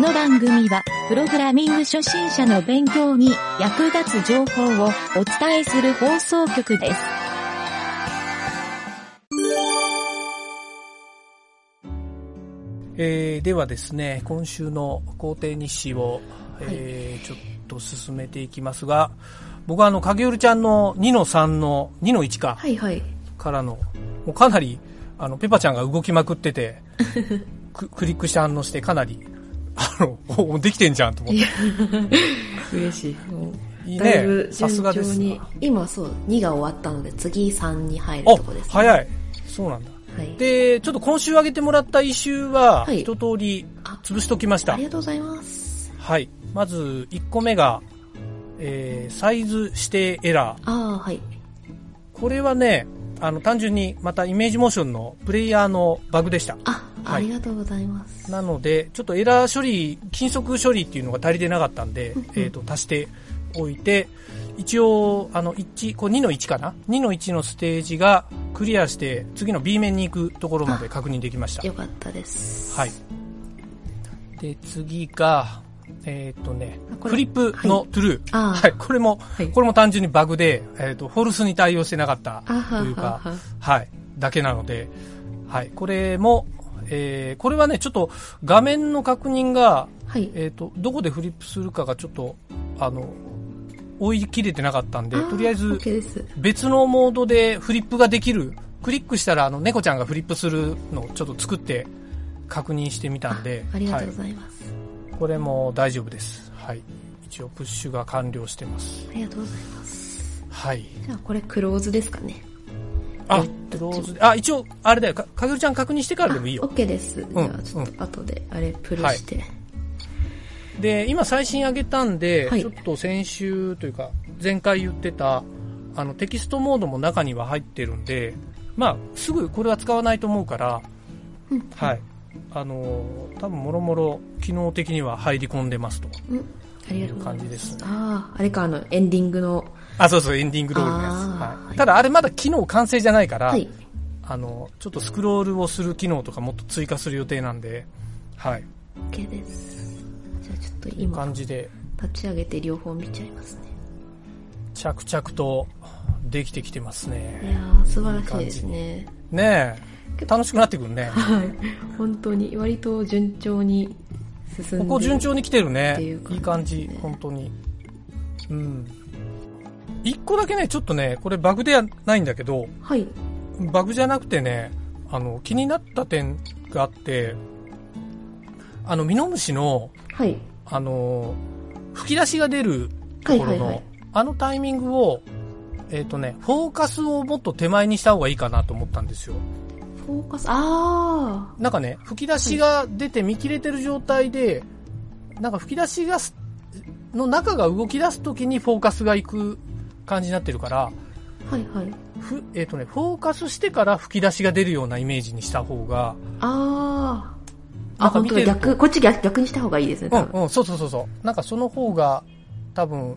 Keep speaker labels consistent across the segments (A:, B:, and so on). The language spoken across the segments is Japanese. A: の番組は、プログラミング初心者の勉強に役立つ情報をお伝えする放送局です。
B: えーではですね、今週の工程日誌を、えーちょっと進めていきますが、僕はあの、影るちゃんの2の3の、2の1か、
C: はいはい。
B: からの、もうかなり、あの、ペパちゃんが動きまくっ てて、ククリックして反応してかなり、あの、おできてんじゃんと思っ
C: い
B: て。
C: や、 嬉しい。もう
B: いい
C: だい
B: ね
C: ぶ。
B: さす
C: 順
B: が
C: 調
B: です
C: に
B: な。。
C: 今そう、2が終わったので、次3に入る
B: あ
C: とこです、、
B: 早い。そうなんだ。
C: はい。
B: で、ちょっと今週上げてもらった一周は、
C: はい
B: 一通り潰しときました。
C: あ
B: は
C: り
B: い。
C: がとうございます。
B: まず、1個目が、えー、サイズ指定エラー。
C: ああ、はい。
B: これはね、あの、単純にまたイメージモーションのプレイヤーのバグでした。
C: あ、
B: はい
C: ありがとうございます。
B: なので、ちょっとエラー処理、金属処理っていうのが足りてなかったんで、えっと、足しておいて、一応、あの、1、こう2の1かな ?2 の1のステージがクリアして、次の B 面に行くところまで確認できました。
C: よかったです。
B: はい。。で、次が、えーっとね
C: あ、これ
B: フリップの true。
C: ああ
B: はい、これも、
C: い
B: これも単純にバグで、えーっと、フォルスに対応してなかった
C: あは
B: という
C: は
B: か、
C: は。
B: はい、だけなので、はい、これも、えー、これはね、ちょっと画面の確認が、
C: はい。
B: えーっと、どこでフリップするかがちょっと、あの、追い切れてなかったんで、
C: ー
B: とりあえず
C: OK です。
B: 別のモードでフリップができる、クリックしたらあの猫ちゃんがフリップするのをちょっと作って確認してみたんで、
C: ありが
B: は
C: と
B: いう
C: ご、ざいます。
B: これも大丈夫です。はい。一応プッシュが完了してます。
C: ありがとうございます。
B: はい。
C: じゃあ、これクローズですかね。
B: あ
C: えっ、と
B: ローズ、あ、一応、あれだよ、かかぐるちゃん確認してからでもいいよ。
C: OK です。じゃあ、ちょっ
B: う
C: と後で、あれ、プルして。
B: で、今最新上げたんで、
C: はい
B: ちょっと先週というか、前回言ってた、あの、テキストモードも中には入ってるんで、まあ、すぐこれは使わないと思うから、
C: うん
B: はい。あのー多分もろもろ、機能的には入り込んでますと。
C: うん。ありがとうござい
B: いう感じ
C: ま
B: ですす。
C: ああ、あれか、あの、エンディングの。
B: あ、そうそう、エンディングロールのやつ。
C: あー
B: はい、ただ、あれまだ機能完成じゃないから、
C: はい。
B: あの、ちょっとスクロールをする機能とかもっと追加する予定なんで、はい。
C: OK です。じゃあ、ちょっと
B: いい
C: 今、
B: 感じで、
C: 立ち上げて両方見ちゃいますね。
B: 着々とできてきてます
C: い
B: ね。
C: やー、素晴らしいですね。
B: ねえ、楽しくなってくるね。
C: はい。本当に、割と順調に進んで。
B: ここ順調に来てる
C: っ
B: ね。
C: て
B: い
C: いう
B: い感
C: 感じ
B: じ、本当に。うん。一個だけね、ちょっとね、これバグではないんだけど、
C: はい。
B: バグじゃなくてね、あの、気になった点があって、あの、ミノムシの、
C: はい。
B: あの、吹き出しが出る
C: は
B: と
C: い
B: こ
C: は
B: ろ
C: いは
B: の
C: い。、
B: あのタイミングを、えっ、とね、フォーカスをもっと手前にした方がいいかなと思ったんですよ。
C: フォーカス、あ
B: なんかね、吹き出しが出て見切れてる状態で、なんか吹き出しがす、の中が動き出すときにフォーカスが行く感じになってるから、
C: あ、はいはい。
B: ふ、えっ、とね、フォーカスしてから吹き出しが出るようなイメージにした方が、
C: あー。
B: なん
C: あ、
B: か
C: 本
B: 見
C: 当
B: て
C: だ
B: ると
C: 逆、こっち逆逆にした方がいいですね、
B: う
C: 多
B: ん
C: 分。
B: うん、そうそうそうそう。なんかその方が、多分、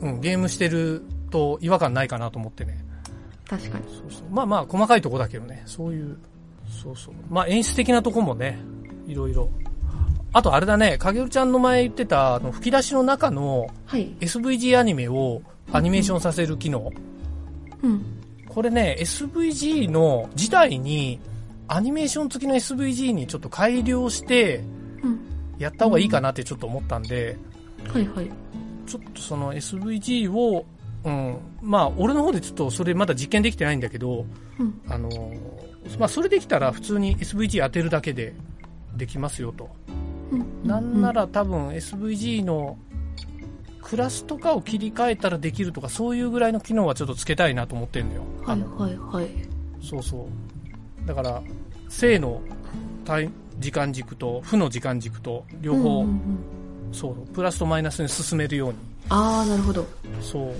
B: うん、ゲームしてると違和感ないかなと思ってね。
C: 確かに。
B: そうそうまあまあ、細かいとこだけどね、そういう、そうそう。まあ演出的なとこもね、いろいろ。あとあれだね、影るちゃんの前言ってた、あの、吹き出しの中の
C: はい。
B: SVG アニメをアニメーションさせる機能。
C: うん。
B: これね、SVG の自体に、アニメーション付きの SVG にちょっと改良して、
C: うん。
B: やった方がいいかなってちょっと思ったんで、
C: はいはい。
B: ちょっとその SVG を、うん、まあ、俺の方でちょっとそれまだ実験できてないんだけど、
C: うん。
B: あのーまあ、それできたら普通に SVG 当てるだけでできますよと。
C: うん。
B: なんなら多分 SVG のクラスとかを切り替えたらできるとか、そういうぐらいの機能はちょっとつけたいなと思ってるのよ。
C: は
B: あ
C: い
B: の
C: はいはい。
B: そうそう。だから、正のタイ時間軸と負の時間軸と両方、
C: うんうんうん
B: そう、プラスとマイナスに進めるように。
C: ああ、なるほど。
B: そう。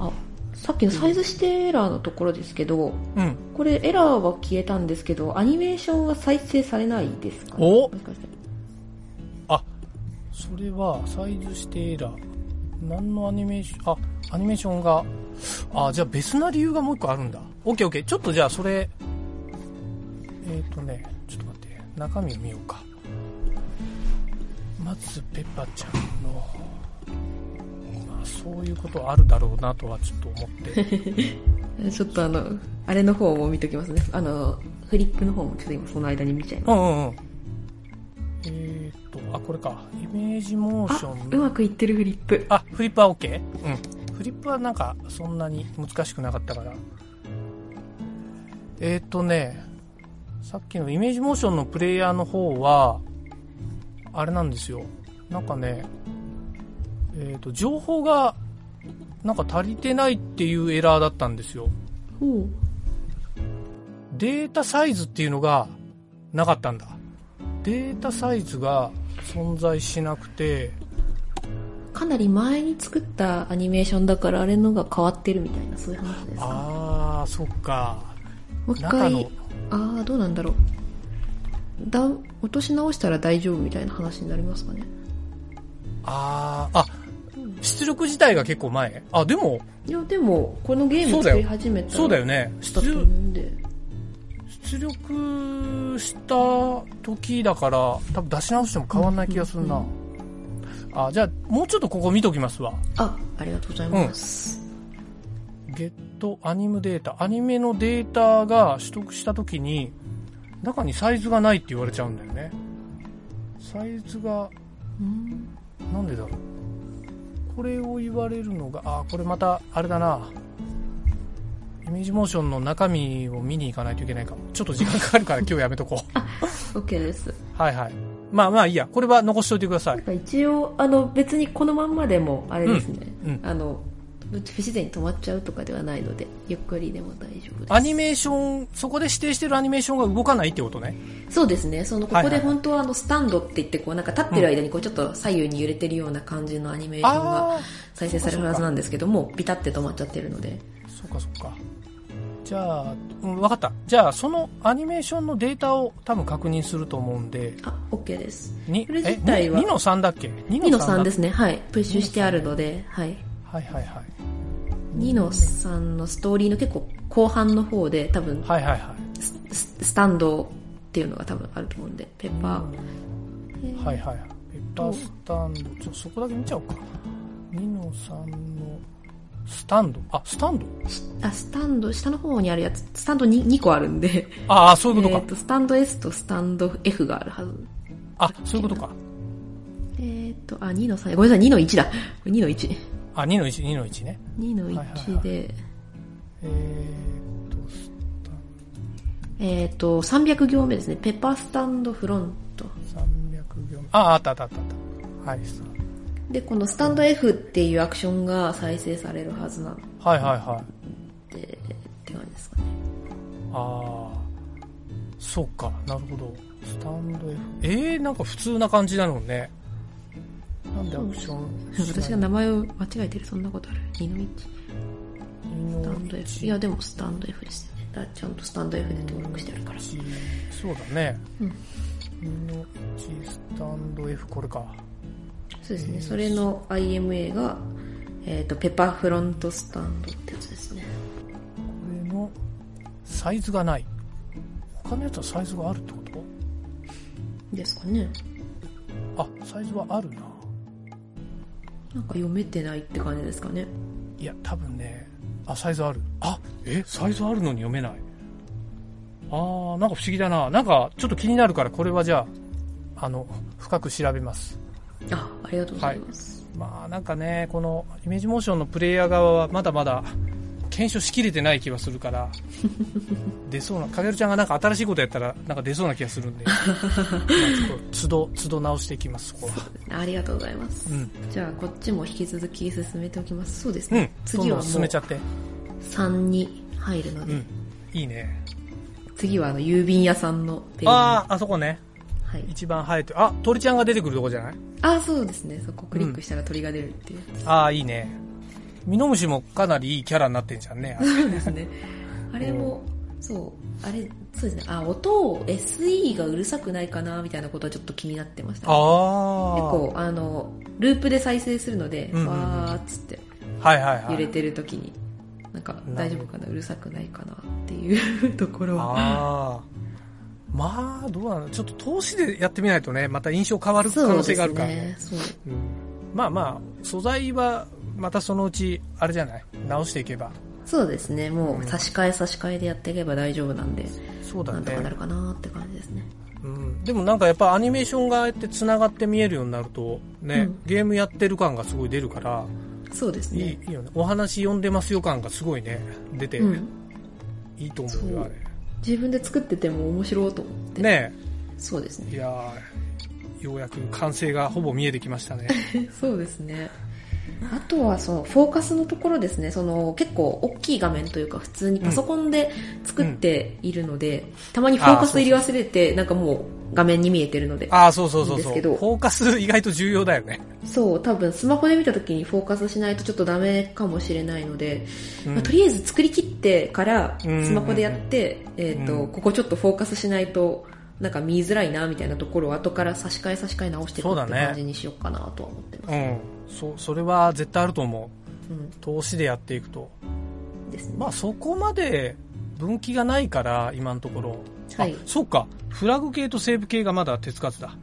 C: あ、さっきのサイズ指定エラーのところですけど、
B: うん。
C: これエラーは消えたんですけど、アニメーションは再生されないですか、
B: お
C: もしかして。
B: あそれはサイズ指定エラー何のアニメーションあアニメーションがあじゃあ別な理由がもう一個あるんだ OKOK ちょっとじゃあそれえっ、ー、とねちょっと待って中身を見ようかツペパちゃんの、まあ、そういうことあるだろうなとはちょっと思って、
C: ちょっとあの、あれの方も見ときますね。あの、フリップの方もちょっと今その間に見ちゃいます。
B: うんうんうん。えー、っと、あ、これか。イメージモーシ
C: あ
B: ョ、ン
C: うまくいってるフリップ。
B: あ、フリップは OK? うん。フリップはなんか、そんなに難しくなかったから。えーっ、とね、さっきのイメージモーションのプレイヤーの方は、あれなんですよ。なんかね、えーっ、と、情報が、なんか足りてないっていうエラーだったんですよ。
C: ほう。
B: データサイズっていうのがなかったんだデータサイズが存在しなくて
C: かなり前に作ったアニメーションだからあれのが変わってるみたいなそういう話ですか
B: ああそっか
C: もう一
B: 中の
C: 回ああどうなんだろうだ落とし直したら大丈夫みたいな話になりますかね
B: あーあ出力自体が結構前あでも
C: いやでもこのゲー
B: そう
C: ム
B: だよ
C: 作り始めたら
B: そうだよね
C: だと
B: 出
C: 思うんで
B: 出力した時だから多分出し直しても変わんない気がするな、
C: うんうん
B: あじゃあもうちょっとここ見ときますわ
C: あありがとうございます、
B: ゲットアニムデータアニメのデータが取得した時に中にサイズがないって言われちゃうんだよねサイズが
C: うん
B: なんでだろうこれを言われるのがあーこれまたあれだなイメージモーションの中身を見に行かないといけないかもちょっと時間かかるから今日やめとこう
C: OK です
B: はいはいまあまあいいやこれは残しておいてください
C: なんか一応あの別にこのまんまでもあれですね、
B: うんうん
C: あの不自然に止まっちゃうとかではないのでゆっくりでも大丈夫です
B: アニメーションそこで指定してるアニメーションが動かないってことね
C: そうですね。そのこ
B: はい
C: こ
B: はい
C: で本当はあのスタンドって言ってこうなんか立ってる間にこうちょっと左右に揺れてるような感じのアニメーション
B: あ
C: が
B: あ
C: 再生されるはずなんですけども、ビタって止まっちゃってるので。
B: そうかそうか。じゃあ、うん、分かった。じゃあ、そのアニメーションのデータを多分確認すると思うんで、
C: あ、OK です。
B: に
C: それ
B: え
C: 自体は
B: に2の3だっけ ?2。
C: 2の3ですすね。はい。プッシュしてあるので、はい。
B: はいはいはい。
C: 2の3のストーリーの結構後半の方で多分
B: はいはいは
C: スススタンドっていうのが多分あると思うんで、ペッパ
B: い。はいはいはい。ペッパースタンド、ちょ、そこだけ見ちゃおうか。2の3のスタンド。あ、スタンド
C: ー、あ、スタンド、下の方にあるやつ、スタンド 2, 2個あるんで、
B: ああ、そういうこと
C: え
B: か。
C: っと、スタンド S とスタンド F があるはず。
B: あ、そういうことか。
C: えーっと、あ、2の3、ごめんなさい、2の1だ。これ2の1。
B: あ、2の1、2の1ね。
C: 2の
B: はいはい
C: 1
B: はい
C: で、
B: えーっと、スタンド。
C: えーっと、300行目ですね。ペッパースタンドフロント。
B: 300行目。あ、あったあったあったあった。はい、スタンド
C: で、このスタンド F っていうアクションが再生されるはずなん
B: はいはいはい。
C: で、って感じですかね。
B: ああ、そうか、なるほど。スタンド F。えー、なんか普通な感じなのね。なんでアクションしない
C: 私が名前を間違えてる、そんなことある。2の1。スタンド F。いや、でもスタンド F ですよね。だちゃんとスタンド F で登録してあるから。
B: そうだね。
C: うん
B: 2の1スタンド F、これか。
C: そうですね。それの IMA が、えーっと、ペッパーフロントスタンドってやつですね。
B: これのサイズがない。他のやつはサイズがあるってこ
C: ですかね。
B: とあ、サイズはあるな。
C: なんか読めてないって感じですかね。
B: いや、多分ね、あ、サイズある。あ、え、サイズあるのに読めない。あー、なんか不思議だな。なんか、ちょっと気になるから、これはじゃあ、あの、深く調べます。
C: あ、ありがとうございます。
B: まあ、なんかね、この、イメージモーションのプレイヤー側は、まだまだ、検証しきれてない気はす るから、出そうな、かげるちゃんがなんか新しいことやったら、なんか出そうな気が するんで、まあちょっと、つど、つど直していきます、ここは。
C: ありがとうございます。
B: うん。
C: じゃあ、こっちも引き続き進めておきます。そうです
B: う
C: ね。
B: ん。どん
C: 次
B: ど
C: はも
B: ん
C: う
B: 進めちゃって。
C: 3に入るの
B: う
C: で、
B: ん。いいね。
C: 次はあの郵便屋さんのページ。
B: あー、あそこね。
C: はい、
B: 一番生えてる。あ、鳥ちゃんが出てくるとこじゃない
C: あ、そうですね。そこクリックしたら鳥が出るっていう。
B: ああ、いいね。ミノムシもかなりいいキャラになってんじゃんね。あれ
C: そうです ね。あれも、そう、あれ、そうですね。あ、音を SE がうるさくないかな、みたいなことはちょっと気になってました、
B: ああ。
C: 結構、あの、ループで再生するので、
B: うんうんうん
C: わーっつって。
B: はいはいはい。
C: 揺れてる時に、なんか
B: な
C: 大丈
B: るほ
C: 夫か
B: ど
C: なうるさくないかなっていうところは
B: ああ。まあ、どうなのちょっと投資でやってみないとね、また印象変わる可能性があるからね。
C: そうですね。
B: うんまあまあ、素材はまたそのうち、あれじゃない直していけば。
C: そうそうですね。もう差し替え差し替えでやっていけば大丈夫なんで、
B: そうだ
C: なんとかな
B: ね
C: る。かなって感じですね。
B: うん、でもなんかやっぱアニメーションがああやって繋がって見えるようになると、ね、
C: うん
B: ゲームやってる感がすごい出るから、
C: そうです
B: いい
C: ね。
B: いいよね。お話読んでますよ感がすごいね、出て、
C: うん。
B: いいと思う
C: そ
B: よ、
C: う
B: あれ。
C: 自分で作ってても面白いと思って。。
B: ね
C: そうです
B: えい
C: ね。
B: やーようやく完成がほぼ見えてきましたね。
C: そうですね。あとはそのフォーカスのところですね。その結構大きい画面というか普通にパソコンで作っているので、たまにフォーカス入り忘れてなんかもう画面に見えてるので。
B: ああ、そうそうそう
C: い
B: そ。
C: いうんですけど
B: フォーカス意外と重要だよね。
C: そう、多分スマホで見た時にフォーカスしないとちょっとダメかもしれないので、
B: うん
C: まあとりあえず作り切ってからス
B: うん
C: マホでやって、えっ、と、
B: うん
C: ここちょっとフォーカスしないと、なんか見づらいなみたいなところを後から差し替え差し替え直していく
B: そ
C: っ
B: うだ
C: て
B: ね
C: 感じにしようかなとは思ってます。
B: うん。そ、それは絶対あると思う。
C: うん
B: 投資でやっていくと。
C: ですね。
B: まあそこまで分岐がないから、今のところ。
C: はい
B: あ、そうか。フラグ系とセーブ系がまだ手つかずだ。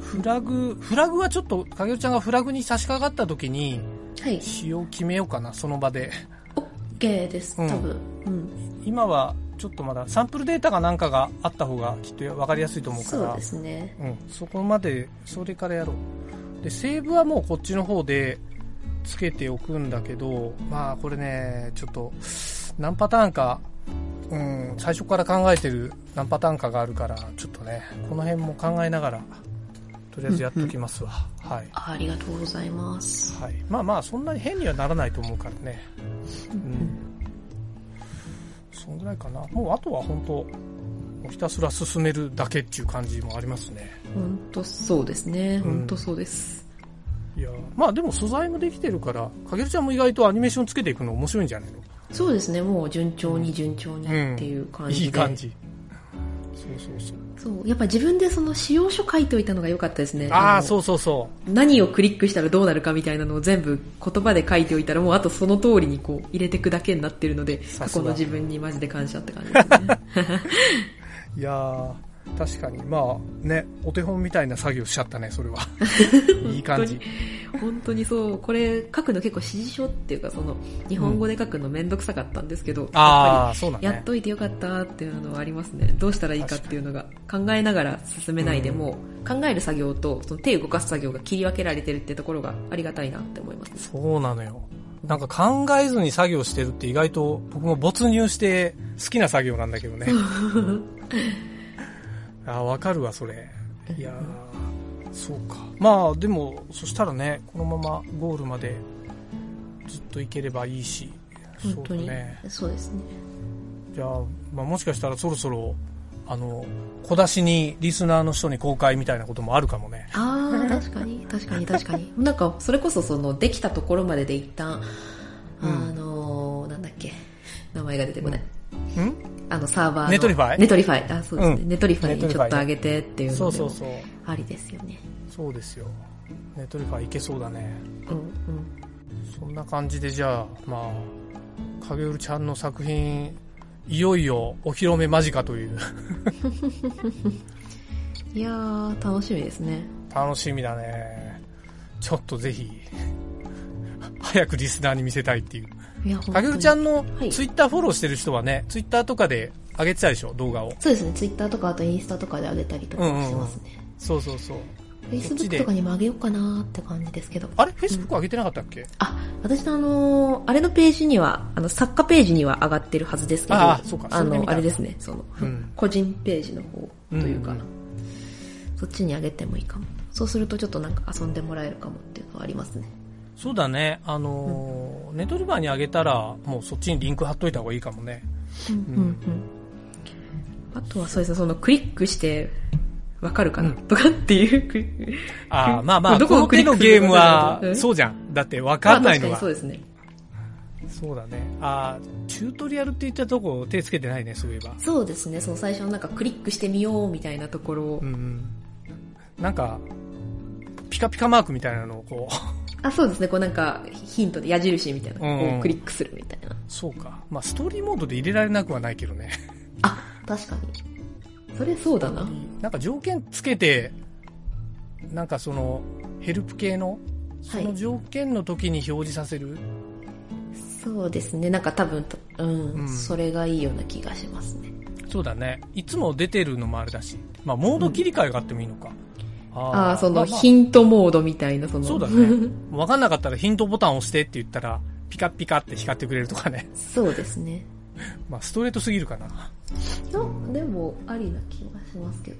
B: フラグ、フラグはちょっと、かげるちゃんがフラグに差し掛かった時に、
C: はい。
B: 使用決めようかな、その場で。
C: OK です、
B: うん
C: 多分。うん。
B: 今はちょっとまだサンプルデータかなんかがあった方がきっと分かりやすいと思うから
C: そうですね。
B: うん、そこまでそれからやろうでセーブはもうこっちの方でつけておくんだけどまあこれねちょっと何パターンか、うん、最初から考えてる何パターンかがあるからちょっとねこの辺も考えながらとりあえずやっておきま すわ、はい
C: あありがとうございます。
B: はい、まあまあそんなに変にはならないと思うからねうんそんぐらいかなもうあとは本当もうひたすら進めるだけっていう感じもありますね
C: 本当そうですね。本当そうです。
B: いやーまあでも素材もできてるからかげるちゃんも意外とアニメーションつけていくの面白いんじゃないの
C: そうですね。もう順調に順調にっていう感じで。
B: いい感じそうそうそう
C: そう、やっぱ自分でその使用書書いておいたのが良かったですね。
B: ああ
C: う。
B: そうそうそ
C: 何をクリックしたらどうなるかみたいなのを全部言葉で書いておいたらもうあとその通りにこう入れてくだけになってるので、
B: さ
C: 過
B: す
C: 去
B: が
C: の自分にマジで感謝って感じです ね。
B: ういやー確かにまあねお手本みたいな作業しちゃったねそれは いい感じ
C: 本当にそう、これ書くの結構指示書っていうかその日本語で書くのめんどくさかったんですけど、やっ
B: あ
C: ぱ
B: あそうだ
C: りやっ
B: ね
C: といてよかったっていうのはありますね。どうしたらいいかっていうのが考えながら進めないで
B: うん
C: もう考える作業とその手を動かす作業が切り分けられてるってところがありがたいなって思いますね。
B: そうなのよ。なんか考えずに作業してるって意外と僕も没入して好きな作業なんだけどね。あ、わかるわ、それ。いやーそうか。まあでも、そしたらね、このままゴールまでずっと行ければいいし。
C: 本当
B: そう
C: に
B: だね。
C: そうですね。
B: じゃあ、まあもしかしたらそろそろ、あの、小出しにリスナーの人に公開みたいなこともあるかもね。
C: あー確かに確 かに確かになんかそれこそそのできたところまでで一旦あのーなんだっけ名前が出てこない、
B: ん
C: あのサーバーの
B: ネトリファイ
C: ネトリファイあそうですね、
B: うん
C: ネトリファイ
B: ネト
C: に
B: リ
C: ち
B: フ
C: ょ
B: ァイ
C: っと上げてっていう
B: そ
C: の
B: う
C: で
B: そう
C: も
B: そう。
C: ありですよね
B: そうですよ。ネットリファいけそうだね。
C: うんうん
B: そんな感じでじゃあ、まあ、影るちゃんの作品、いよいよお披露目間近という
C: いやー楽しみですね
B: 楽しみだね。ちょっとぜひ、早くリスナーに見せたいっていう。
C: いや本当
B: 影
C: に
B: るちゃんの
C: はい
B: ツイッターフォローしてる人はね、ツイッターとかで上げてたでしょ、動画を。
C: そうですねツイッターとかあとインスタとかで上げたりとかしてますね、
B: そうそうそう。
C: フェイスブ
B: そっち
C: ッ
B: で
C: クとかにも上げようかなーって感じですけど
B: あれ ?Facebook 上げてなかったっけ、
C: あ、私のあの、あれのページには、あの、作家ページには上がってるはずですけど、
B: ああそうか
C: あ
B: それで見
C: の、
B: た
C: あれですね、その、
B: うん
C: 個人ページの方というか、
B: うんうん
C: そっちに上げてもいいかも。そうするとちょっとなんか遊んでもらえるかもっていうのはありますね。
B: そうだね。あのーネットリバーに上げたら、もうそっちにリンク貼っといた方がいいかもね。
C: うんうんあとはそうですね、そのクリックして、わかるかな、とかっていうクリック。
B: ああ、まあまあ、
C: ど
B: こ
C: こ
B: の
C: をクリ
B: 手
C: ック
B: の
C: する
B: ゲー
C: か
B: ムは
C: みたいなことう、ん
B: そうじゃん。だって分かんないの
C: まあ確かに
B: は。
C: そうですね。
B: そうだね。ああ、チュートリアルって言ったとこ手つけてないね、そういえば。
C: そうですね、その最初のなんかクリックしてみようみたいなところを。
B: うんうん。なんか、ピカピカマークみたいなのをこう、
C: あ、そうですね、こうなんかヒントで矢印みたいな、
B: うんうん
C: こうクリックするみたいな。
B: そうか。まあ、ストーリーモードで入れられなくはないけどね。
C: あ、確かに。それそうだな。
B: なんか条件つけて、なんかその、ヘルプ系の、その条件の時に表示させる、
C: そうですね。なんか多分、うん、
B: うん
C: それがいいような気がしますね。
B: そうだね。いつも出てるのもあれだし、まあ、モード切り替えがあってもいいのか。
C: ああー、その
B: まま
C: ヒントモードみたいな、その。
B: そう だね。わかんなかったらヒントボタンを押してって言ったら、ピカピカって光ってくれるとかね。
C: そうですね。
B: まあ、ストレートすぎるかな。
C: あでも、ありな気がしますけど。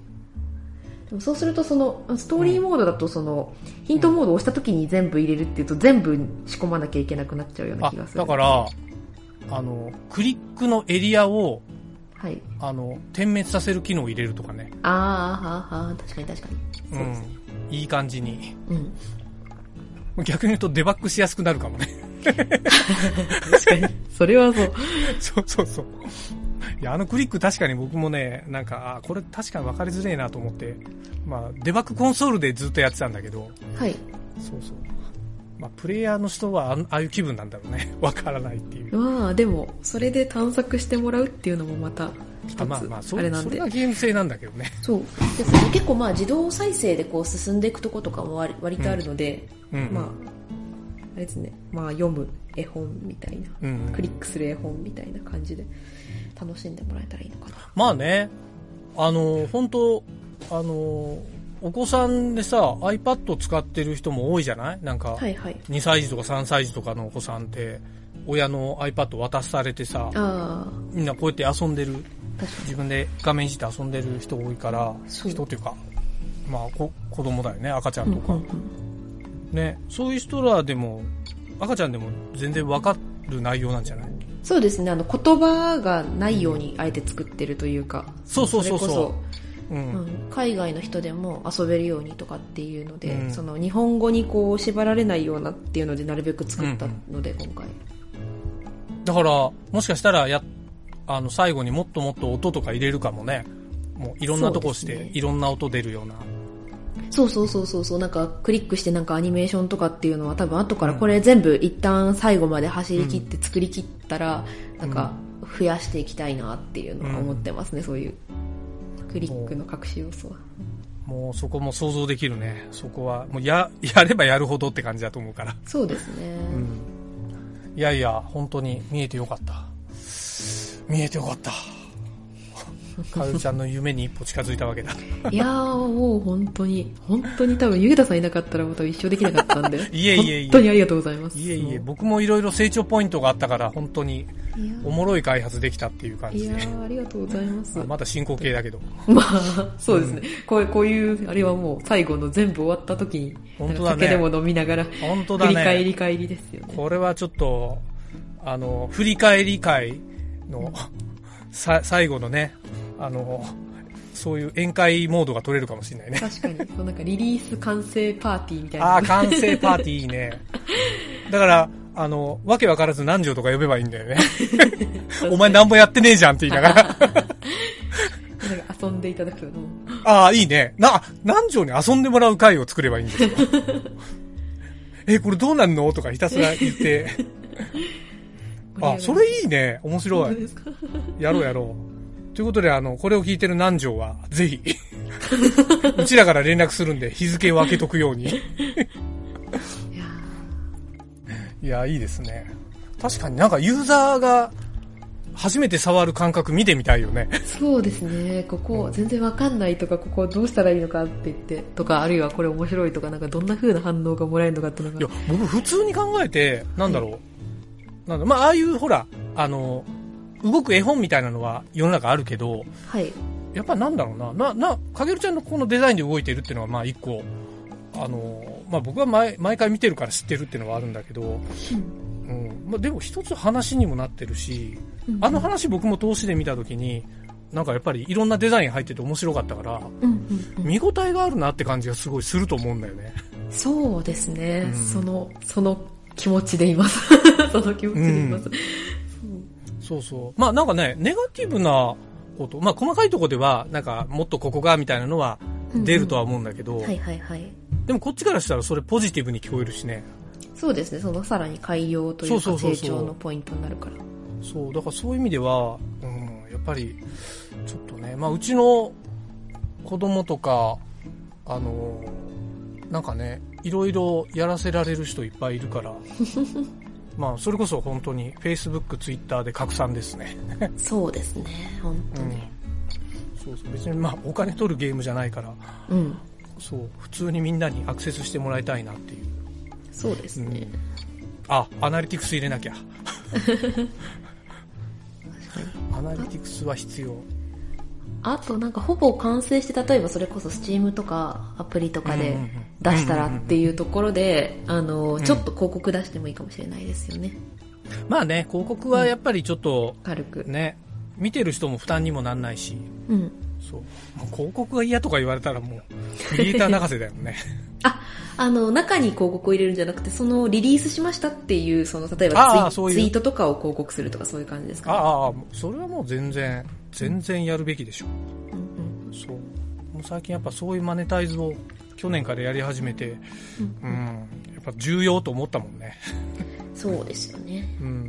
C: でもそうすると、その、ストーリーモードだと、その、ヒントモードを押した時に全部入れるっていうと、全部仕込まなきゃいけなくなっちゃうような
B: あ
C: 気がす、る。
B: だか。ら、あの、クリックのエリアを、
C: はい。
B: あの、点滅させる機能を入れるとかね。
C: あーあー、はあー、確かに確かに。そうですね。
B: うん。いい感じに。
C: うん。
B: 逆に言うとデバッグしやすくなるかもね。
C: 確かに。それはそう。
B: そうそうそう。いや、あのクリック確かに僕もね、なんか、あこれ確かに分かりづれえなと思って、まあ、デバッグコンソールでずっとやってたんだけど、
C: はい。
B: そうそう。まあ、プレイヤーの人はあんああいう気分なんだろうね。 わからないっていう。
C: まあ、でも、それで探索してもらうっていうのもまた、一つ、
B: まあまあ、そ
C: あれ
B: れ
C: なん
B: それ
C: で
B: が。ゲーム性なんだけどね。
C: そうですね、結構まあ自動再生でこう進んでいくとことかも割割とあるので、
B: うんうん。
C: まあ、あれですね、まあ読む絵本みたいな、
B: うんうん
C: クリックする絵本みたいな感じで楽しんでもらえたらいいのかな。
B: まあね、あの、本当あの、お子さんでさ、iPad 使ってる人も多いじゃないなんか、
C: はいはい。
B: 2歳児とか3歳児とかのお子さんって、親の iPad 渡されてさ、
C: あ
B: みんなこうやって遊んでる、
C: あ、確か
B: 自分で画面いじって遊んでる人多いから、
C: そう
B: 人っていうか、まあこ子供だよね、赤ちゃん
C: に。
B: とか。
C: うんうんうん
B: ね、そういう人らでも、赤ちゃんでも全然わかる内容なんじゃない
C: そうですね、あの言葉がないようにあえて作ってるというか、
B: そうそうそうそう
C: れこ
B: う。
C: そ、うんん、海外の人でも遊べるようにとかっていうので、
B: うん
C: その日本語にこう縛られないようなっていうのでなるべく作ったので、今回。
B: だから、もしかしたら、や、あの、最後にもっともっと音とか入れるかもね。もういろんなとこして、
C: そうですね
B: いろんな音出るような。
C: そうそうそうそうそうなんかクリックしてなんかアニメーションとかっていうのは多分後からこれ全部一旦最後まで走り切って作り切ったらなんか増やしていきたいなっていうのは思ってますね、そういうクリックの隠し要素は
B: もうそこも想像できるね。そこは、もうや、やればやるほどって感じだと思うから。
C: そうですね、
B: いやいや、本当に見えてよかった。見えてよかった。かよちゃんの夢に一歩近づいたわけだ。
C: いやーもう本当に本当に多分ゆうたさんいなかったらもう多分一生できなかったんで
B: いえいえいえ
C: 本当にありがとうございます
B: いえいえ、
C: も
B: 僕もいろいろ成長ポイントがあったから、本当に
C: ういや
B: おもろい開発できたっていう感
C: ーい
B: じ
C: や
B: で。
C: ーありがとうございます
B: あまだ進行形だけど。
C: まあ、そうですね。こういう、こういう、あれはもう最後の全部終わった時に、
B: 本当だね
C: なんか酒でも飲みながら、
B: 本当だね
C: 振り返り返りですよね。
B: これはちょっと、あの、振り返り会の、さ、最後のね、あの、そういう宴会モードが取れるかもしれないね。
C: 確かに、そうなんかリリース完成パーティーみたいな。
B: ああ、完成パーティーいいね。だから、あの、わけわからず何条とか呼べばいいんだよ ね。お前何もやってねえじゃんって言いながら。
C: なんか遊んでいただくのも。
B: ああ、いいね。な、何条に遊んでもらう会を作ればいいんですよ。 え、これどうなんのとかひたすら言って。 あ、それいいね。面白
C: 本
B: い
C: 当。ですか
B: やろうやろう。ということで、あの、これを聞いてる南條は、ぜひ、 うちらから連絡するんで、日付を開けとくよ うに。
C: いや
B: いや、いいですね。確かになんかユーザーが、初めて触る感覚見てみたいよね。
C: ーそうですね。ここ、全然わかんないとか、ここどうしたらいいのかって言って、とか、あるいはこれ面白いとか、なんかどんな風な反応がもらえるのかっていうの
B: いや
C: が。、
B: 僕普通に考えて、なんだろう。なんだ、まあ、ああいうほら、あの、動く絵本みたいなのは世の中あるけど、
C: はい。
B: やっぱりなんだろうな、な、な、かげるちゃんのこのデザインで動いてるっていうのは、まあ一個、あの、まあ僕は毎毎回見てるから知ってるっていうのはあるんだけど、うん。まあでも一つ話にもなってるし、
C: うん
B: あの話僕も投資で見たときに、なんかやっぱりいろんなデザイン入ってて面白かったから、
C: うんうんうん
B: 見応えがあるなって感じがすごいすると思うんだよね。
C: そうですね、
B: うん
C: その、その気持ちでいます。 その気持ちでいます。
B: そうそう。まあなんかね、ネガティブなこと、まあ細かいとこでは、なんかもっとここがみたいなのは出るとは思うんだけど、
C: はいはいはい。
B: でもこっちからしたらそれポジティブに聞こえるしね。
C: そうですね、そのさらに改良とい
B: そう
C: う
B: そ
C: か
B: うそう
C: 成
B: そう
C: 長のポイントになるから。
B: そう、だからそういう意味では、うん、やっぱり、ちょっとね、まあうちの子供とか、あの、なんかね、いろいろやらせられる人いっぱいいる から、まあ、それこそ本当に Facebook、Twitter で拡散ですね。
C: そうですね本当
B: うん
C: に、。
B: そうそう、別にまあ、お金取るゲームじゃないから、
C: うん
B: そう、普通にみんなにアクセスしてもらいたいなっていう。
C: そうですね、
B: あ、アナリティクス入れなきゃ。アナリティクスは必要。
C: あとなんかほぼ完成して例えばそれこそ Steam とかアプリとか
B: うん
C: で
B: うんうん
C: 出したらっていうところで、あのちょっと広告出してもいいかもしれないですよね
B: まあね、広告はやっぱりちょっと
C: 軽く、
B: ね、見てる人も負担にもなんないし、
C: うん、
B: そう。もう広告が嫌とか言われたらもう、クリエイター泣かせだよ ね。
C: ああの中に広告を入れるんじゃなくてそのリリースしましたっていうその例え
B: あ
C: ば
B: あ
C: ツイ
B: そういう
C: ツイートとかを広告するとかそういう感じですか、
B: あ
C: ね、
B: あああ、それはもう全然、全然やるべきでしょ。
C: うんうん
B: そう。もう最近やっぱそういうマネタイズを去年からやり始めて、うん、やっぱ重要と思ったもんね。
C: そうですよね
B: うん。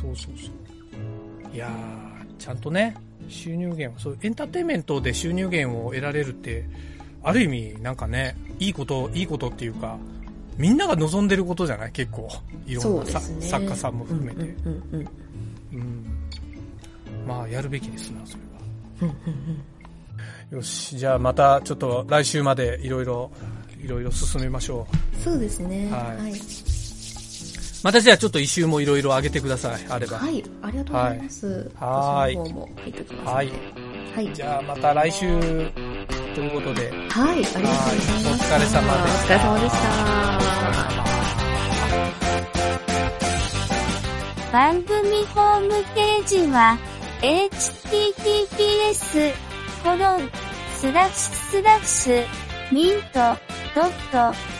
B: そうそうそう。いやー、ちゃんとね、収入源は、そう、エンターテインメントで収入源を得られるって、ある意味、なんかね、いいこと、いいことっていうか、みんなが望んでることじゃない結構。いろん
C: そう
B: な
C: で
B: さ、
C: すね
B: 作家さんも含めて。
C: うんうんうん
B: うん。まあ、やるべきですな、それは。
C: うんうんうん
B: よし、じゃあまたちょっと来週までいろいろ、いろいろ進めましょう。
C: そうですね
B: はい
C: はい、
B: またじゃあちょっと一周もいろいろ上げてください、あれば。
C: はいありがとうございます、
B: はい
C: 私の方も入っておきますのではい
B: じゃあまた来週という
C: はい、ありがとう
B: ことで。
C: ございます。
B: はいお疲れ様でした
C: お疲れ様でした。
D: 番組ホームページは、https, コロン、スラッシュスラッシュ、ミント、ドット、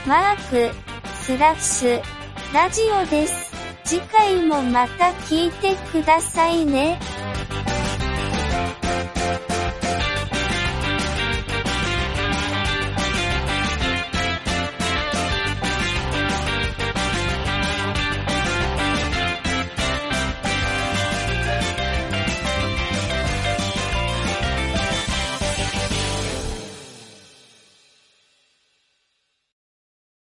D: マーク、スラッシュ、ラジオです。次回もまた聞いてくださいね。